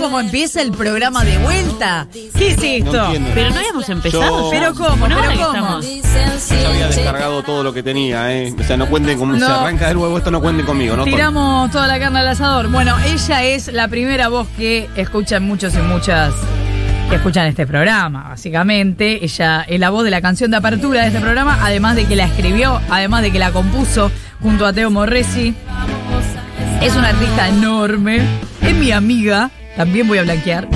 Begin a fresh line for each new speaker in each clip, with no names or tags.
cómo empieza el programa de vuelta.
¿Qué es
No
esto?
entiendo.
Pero no habíamos empezado.
Yo-
ya.
Pero cómo,
Una
pero
hora que
cómo.
estamos.
Yo había descargado todo lo que tenía, ¿eh? O sea, no cuenten conmigo.
No.
Se arranca del huevo, esto no cuenten conmigo, ¿no?
Tiramos toda la carne al asador. Bueno, ella es la primera voz que escuchan muchos y muchas que escuchan este programa, básicamente. Ella es la voz de la canción de apertura de este programa, además de que la escribió, además de que la compuso junto a Teo Morresi. Es una artista enorme, es mi amiga, también voy a blanquear.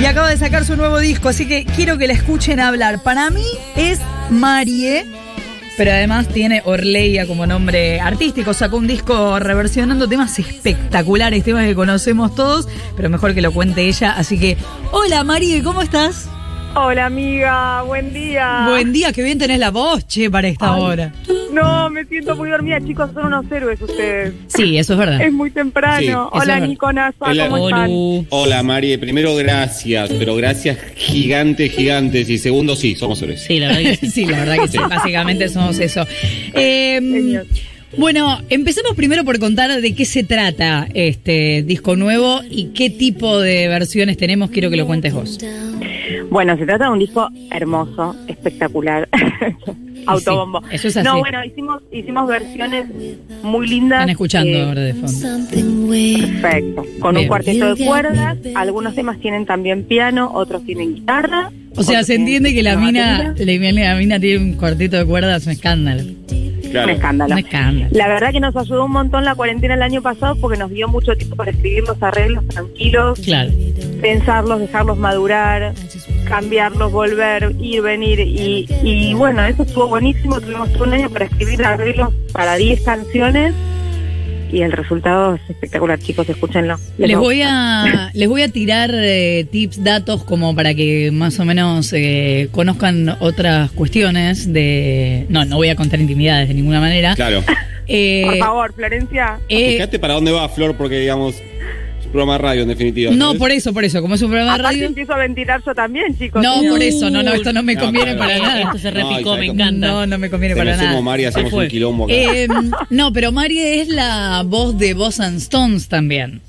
Y acaba de sacar su nuevo disco, así que quiero que la escuchen hablar. Para mí es Marie, pero además tiene Orleia como nombre artístico. Sacó un disco reversionando temas espectaculares, temas que conocemos todos, pero mejor que lo cuente ella. Así que, hola Marie, ¿cómo estás?
Hola amiga, buen día.
Buen día, qué bien tenés la voz, che, para esta hora.
No, me siento muy dormida, chicos, son unos héroes ustedes.
Sí, eso es verdad.
Es muy temprano.
Sí, eso
Hola
es verdad.
Nico, Nasa,
Hola.
¿cómo están?
Hola, Marie. Primero, gracias. Pero gracias gigantes, gigantes. Y segundo, sí, somos héroes.
Sí, la verdad que sí.
Sí, la verdad que sí, básicamente somos eso. Eh,
Señor.
bueno, empecemos primero por contar de qué se trata este disco nuevo y qué tipo de versiones tenemos. Quiero que lo cuentes vos.
Bueno, se trata de un disco hermoso, espectacular. Autobombo.
Sí, eso es así.
No, bueno, hicimos, hicimos versiones muy lindas.
Están escuchando
eh,
ahora de fondo.
Perfecto. Con
Bien.
un cuarteto de cuerdas. Algunos temas tienen también piano, otros tienen guitarra.
O sea,
otros
se
tienen
entiende que la
una
mina,
batería.
la, la mina tiene un cuarteto de cuerdas, un escándalo.
Un
Claro.
escándalo.
Un escándalo.
La verdad que nos ayudó un montón la cuarentena el año pasado porque nos dio mucho tiempo para escribir los arreglos tranquilos,
Claro.
pensarlos, dejarlos madurar, cambiarlos, volver, ir, venir. Y, y bueno, eso estuvo buenísimo. Tuvimos todo un año para escribir arreglos para 10 canciones y el resultado es espectacular, chicos. Escúchenlo.
Les
va
voy
gustar.
a, les voy a tirar eh, tips, datos como para que más o menos eh, conozcan otras cuestiones de... No, no voy a contar intimidades de ninguna manera.
Claro.
Eh,
Por favor, Florencia.
eh,
Fíjate para dónde va, Flor, porque, digamos, es un programa de radio, en definitiva.
no,
¿sabes?
por eso, por eso. Como es un programa de
Aparte
radio...
empiezo a ventilar yo también, chicos.
No,
Dios.
por eso. No, no, esto no me
No,
conviene
Ah, claro.
para nada.
Esto se
No,
repicó, me
exacto.
encanta.
No, no me conviene
Te
para
me sumo,
nada.
Marie, hacemos
Se fue.
un quilombo. acá.
Eh, no, pero Marie es la voz de Boss and Stones también.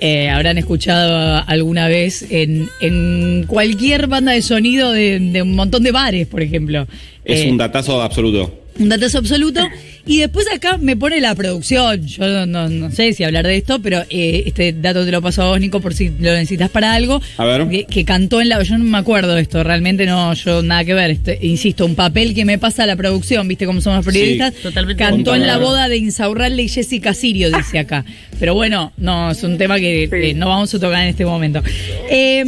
Eh, habrán escuchado alguna vez en, en cualquier banda de sonido de, de un montón de bares, por ejemplo.
es
Eh,
un datazo absoluto.
un datazo absoluto. Y después acá me pone la producción. Yo no, no- no sé si hablar de esto, pero eh, este dato te lo paso a vos, Nico, por si lo necesitas para algo.
A ver.
Que, que cantó en la. Yo no me acuerdo de esto, realmente no, yo nada que ver. Este, insisto, un papel que me pasa la producción, ¿viste cómo somos los periodistas?
Sí,
totalmente.
Cantó en la
Contame.
boda de Insaurralde y Jessica Sirio, dice acá. Pero bueno, no, es un tema que
Sí.
eh, no vamos a tocar en este momento. Eh,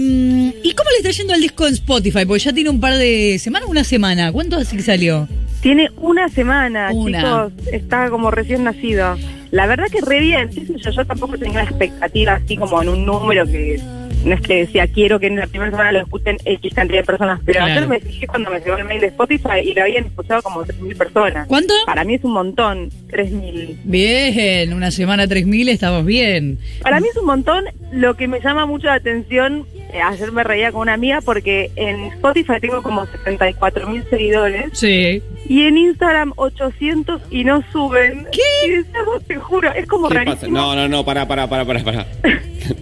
¿Y cómo le está yendo al disco en Spotify? Porque ya tiene un par de semanas, una semana. ¿Cuánto hace que salió?
Tiene una semana,
Una.
chicos. Está como recién nacido. La verdad que re bien. qué sé yo, yo tampoco tenía una expectativa así como en un número que no es que decía quiero que en la primera semana lo escuchen X cantidad de personas. Pero
Claro.
ayer me fijé cuando me llegó el mail de Spotify y lo habían escuchado como 3.000 personas.
¿Cuánto?
Para mí es un montón, 3.000.
Bien, una semana 3000 estamos bien.
Para mí es un montón. Lo que me llama mucho la atención, eh, ayer me reía con una amiga porque en Spotify tengo como 74.000 seguidores.
Sí.
Y en Instagram 800 y no suben. ¿Qué? Y decimos, te juro, es como
¿Qué
rarísimo.
pasa? No, no, no, pará, pará, pará, pará. pará.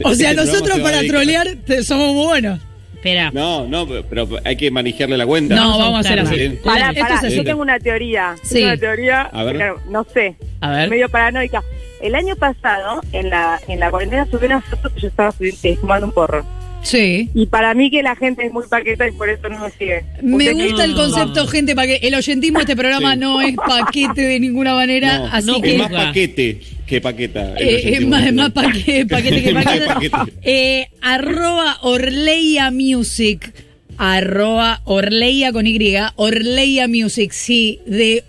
O sea,
Este programa
nosotros
se va a
para
dedicar-
trolear te- somos muy buenos.
Espera.
No, no, pero hay que manejarle la cuenta.
No, vamos a hacer
buscarla.
así.
Bien.
Pará,
Esto
pará,
es así.
yo tengo una teoría.
Sí.
Tengo una teoría,
A ver.
pero no sé,
A ver.
medio paranoica. El año pasado, en la, en la cuarentena, subí una foto que yo estaba subiendo, fumando un porro.
Sí.
Y para mí que la gente es muy paqueta y por eso no me sigue.
Me
¿Ustedes
gusta el
no.
concepto, gente, para que el oyentismo de este programa
Sí.
no es paquete de ninguna manera,
No,
así
no,
que
Es
eh,
más
Uga.
paquete que paqueta. el
es
objetivo.
más, es más paque- paquete que
Más que
paquete.
paquete.
Eh, arroba Orleia Music, arroba Orleia con Y, Orleia Music, sí, de...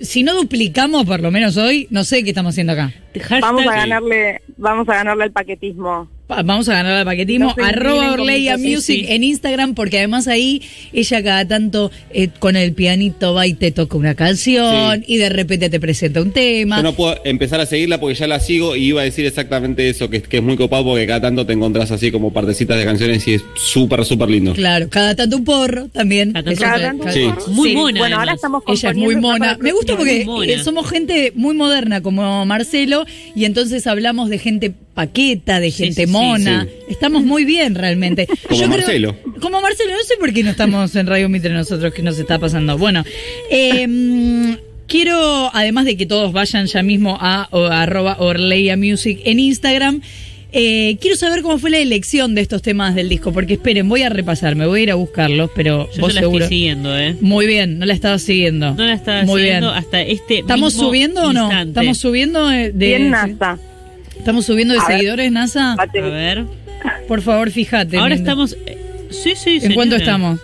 Si no duplicamos, por lo menos hoy, no sé qué estamos haciendo acá.
Hashtag-
Vamos a
Sí.
ganarle, vamos a ganarle al paquetismo.
Pa- Vamos a ganar al paquetismo.
No sé,
arroba
tienen
Orleia
comunicación,
Music
sí.
en Instagram, porque además ahí ella cada tanto eh, con el pianito va y te toca una canción y de repente te presenta un tema.
Yo no puedo empezar a seguirla porque ya la sigo y iba a decir exactamente eso, que, que es muy copado porque cada tanto te encontrás así como partecitas de canciones y es súper, súper lindo.
Claro, cada tanto un porro también.
Cada tanto
Eso
Cada
es-
tanto un
cada-
Sí.
porro.
Muy mona,
Bueno, ahora
además.
estamos
Ella es
componiendo
muy
ya para
mona.
el
Me gusta
próximo
porque
Muy mona.
eh, somos gente muy moderna como Marcelo y entonces hablamos de gente Paqueta, de
Sí,
gente
sí, sí.
mona.
Sí.
Estamos muy bien realmente.
Como
creo-
Marcelo.
como Marcelo, no sé por qué no estamos en Radio Mitre nosotros, qué nos está pasando. Bueno, eh, mm, quiero, además de que todos vayan ya mismo a, o- arroba Orleia Music en Instagram, eh, quiero saber cómo fue la elección de estos temas del disco, porque esperen, voy a repasar, me voy a ir a buscarlos, pero
Yo
vos
ya la
seguro.
estoy siguiendo, ¿eh?
Muy bien, no la estabas siguiendo.
No la estaba
Muy
siguiendo
bien.
hasta este
¿Estamos
mismo
subiendo o no?
instante.
¿Estamos subiendo eh, de,
Bien NASA.
¿Estamos subiendo de
A ver.
seguidores, NASA?
Mate,
A ver.
Por favor, fíjate.
Ahora
Minda.
estamos. eh, Sí, sí,
¿En cuánto
señora.
estamos?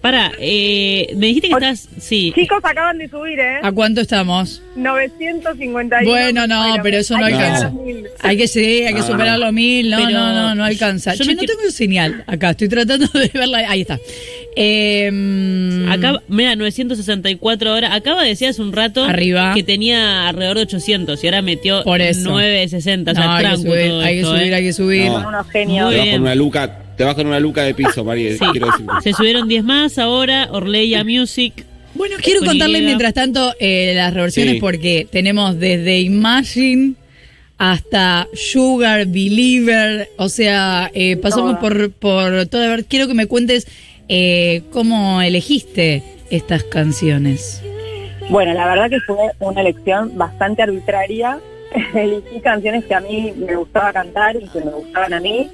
Para, eh, me dijiste que
Oye,
estás. Sí.
Chicos, acaban de subir, ¿eh?
¿A cuánto estamos?
951.
Bueno, no, pero eso no
Hay que
alcanza.
llegar a mil.
Hay que sí, hay que
Ah.
superar los mil. No,
Pero-
no, no, no alcanza. Che,
Yo me
no
quiero-
tengo un señal acá. Estoy tratando de verla. Ahí está. Eh,
Acá, mira, 964 ahora. Acaba de decir hace un rato
Arriba.
que tenía alrededor de 800 y ahora metió
Por eso.
960.
No,
o sea,
hay que
tranco
subir,
todo
hay que
esto,
subir,
¿eh?
hay que subir.
No.
Son unos genios.
Muy
Te vas
bien.
con una luca, te vas con una luca de piso, Mari, quiero decir.
Se subieron 10 más ahora. Orleya Music.
Bueno, quiero
Con
contarles
idea.
mientras tanto eh, las reversiones
Sí.
porque tenemos desde Imagine hasta Sugar, Believer, o sea, eh, pasamos
Todas.
por, por todo. A ver, quiero que me cuentes eh, cómo elegiste estas canciones.
Bueno, la verdad que fue una elección bastante arbitraria. Elegí canciones que a mí me gustaba cantar y que me gustaban a mí,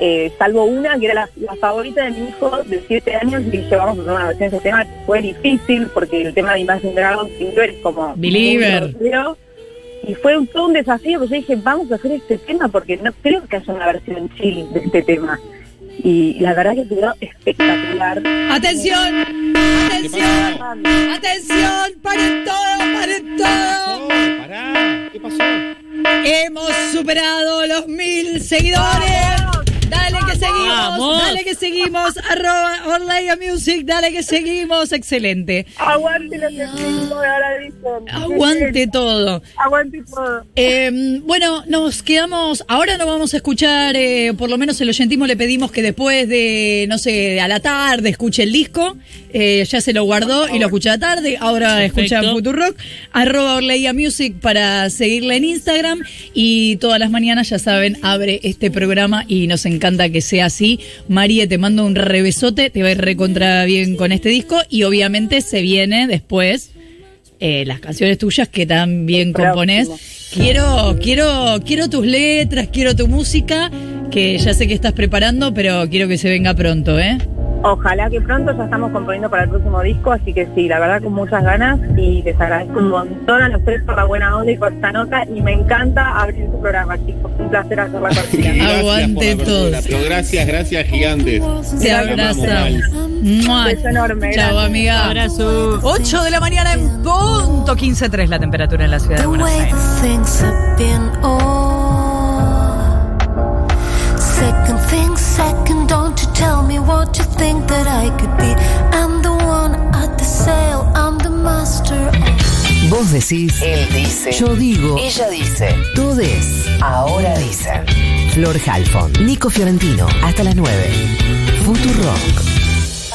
eh, salvo una que era la, la favorita de mi hijo de 7 años y llevamos a hacer una versión de ese tema. Fue difícil porque el tema de Imagine Dragons Believer es como... muy
Believer.
conocido. Y fue un, todo un desafío, porque yo dije, vamos a hacer este tema porque no creo que haya una versión chill de este tema. Y la verdad que quedó espectacular.
¡Atención!
¿Qué
¡Atención!
pasó?
¡Atención! ¡Paren todo! ¡Paren todo!
Pará, ¿qué pasó?
Hemos superado los mil seguidores. Dale que seguimos,
¡Vamos!
dale que seguimos, arroba Orlando Music, dale que seguimos, excelente.
Aguante lo que tengo, ahora dicen.
Aguante todo.
Aguante todo.
Eh, bueno, nos quedamos, ahora no vamos a escuchar, eh, por lo menos el oyentismo le pedimos que después de, no sé, a la tarde escuche el disco, eh, ya se lo guardó y lo escucha a la tarde, ahora escucha
Perfecto.
Futurock, arroba Orleia Music para seguirla en Instagram y todas las mañanas, ya saben, abre este programa y nos encanta que sea así. María, te mando un rebesote, te va a ir recontra bien con este disco y obviamente se viene después eh, las canciones tuyas que tan bien componés. Quiero, quiero, quiero tus letras, quiero tu música, que ya sé que estás preparando, pero quiero que se venga pronto, ¿eh?
Ojalá que pronto ya estamos componiendo para el próximo disco, así que sí, la verdad con muchas ganas y les agradezco un montón a los tres por la buena onda y por esta nota y me encanta abrir su programa, chicos. Un placer hacer la cortina.
Gracias por la
Aguante
apertura,
todos.
Pero gracias, gracias, gigantes.
Te
Las amamos,
abrazan.
Mari.
¡Mua!
Beso enorme,
Chao,
gracias.
amiga.
Abrazo.
8 de la mañana en punto 15.3 la temperatura en la ciudad de
The
Mm.
Buenos
way
Aires.
that things have been all Second thing, second, don't you tell me what you think that I could be. I'm the one at the sail, I'm the master of
Vos decís,
Él dice,
yo digo,
ella dice,
todes.
ahora dicen.
Flor Halfon, Nico Fiorentino, hasta las 9. Futuro Rock.